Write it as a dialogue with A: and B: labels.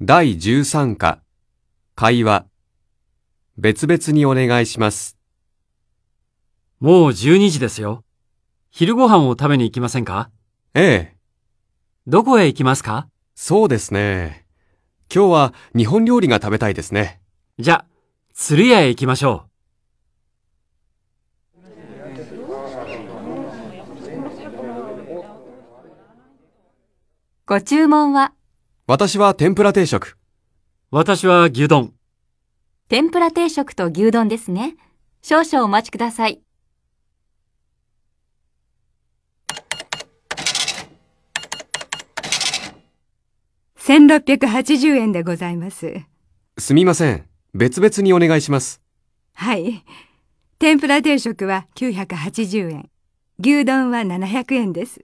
A: 第13課、会話。別々にお願いします。
B: もう12時ですよ。昼ご飯を食べに行きませんか
A: ええ、
B: どこへ行きますか
A: そうですね。今日は日本料理が食べたいですね。
B: じゃあ、釣り屋へ行きましょ
C: ご注文は、
A: 私は天ぷら定食。
B: う。私は牛丼。
C: 天ぷら定食と牛丼ですね。少々お待ちください。
D: 1680円でございます。
A: すみません。別々にお願いします。
D: はい。天ぷら定食は980円。牛丼は700円です。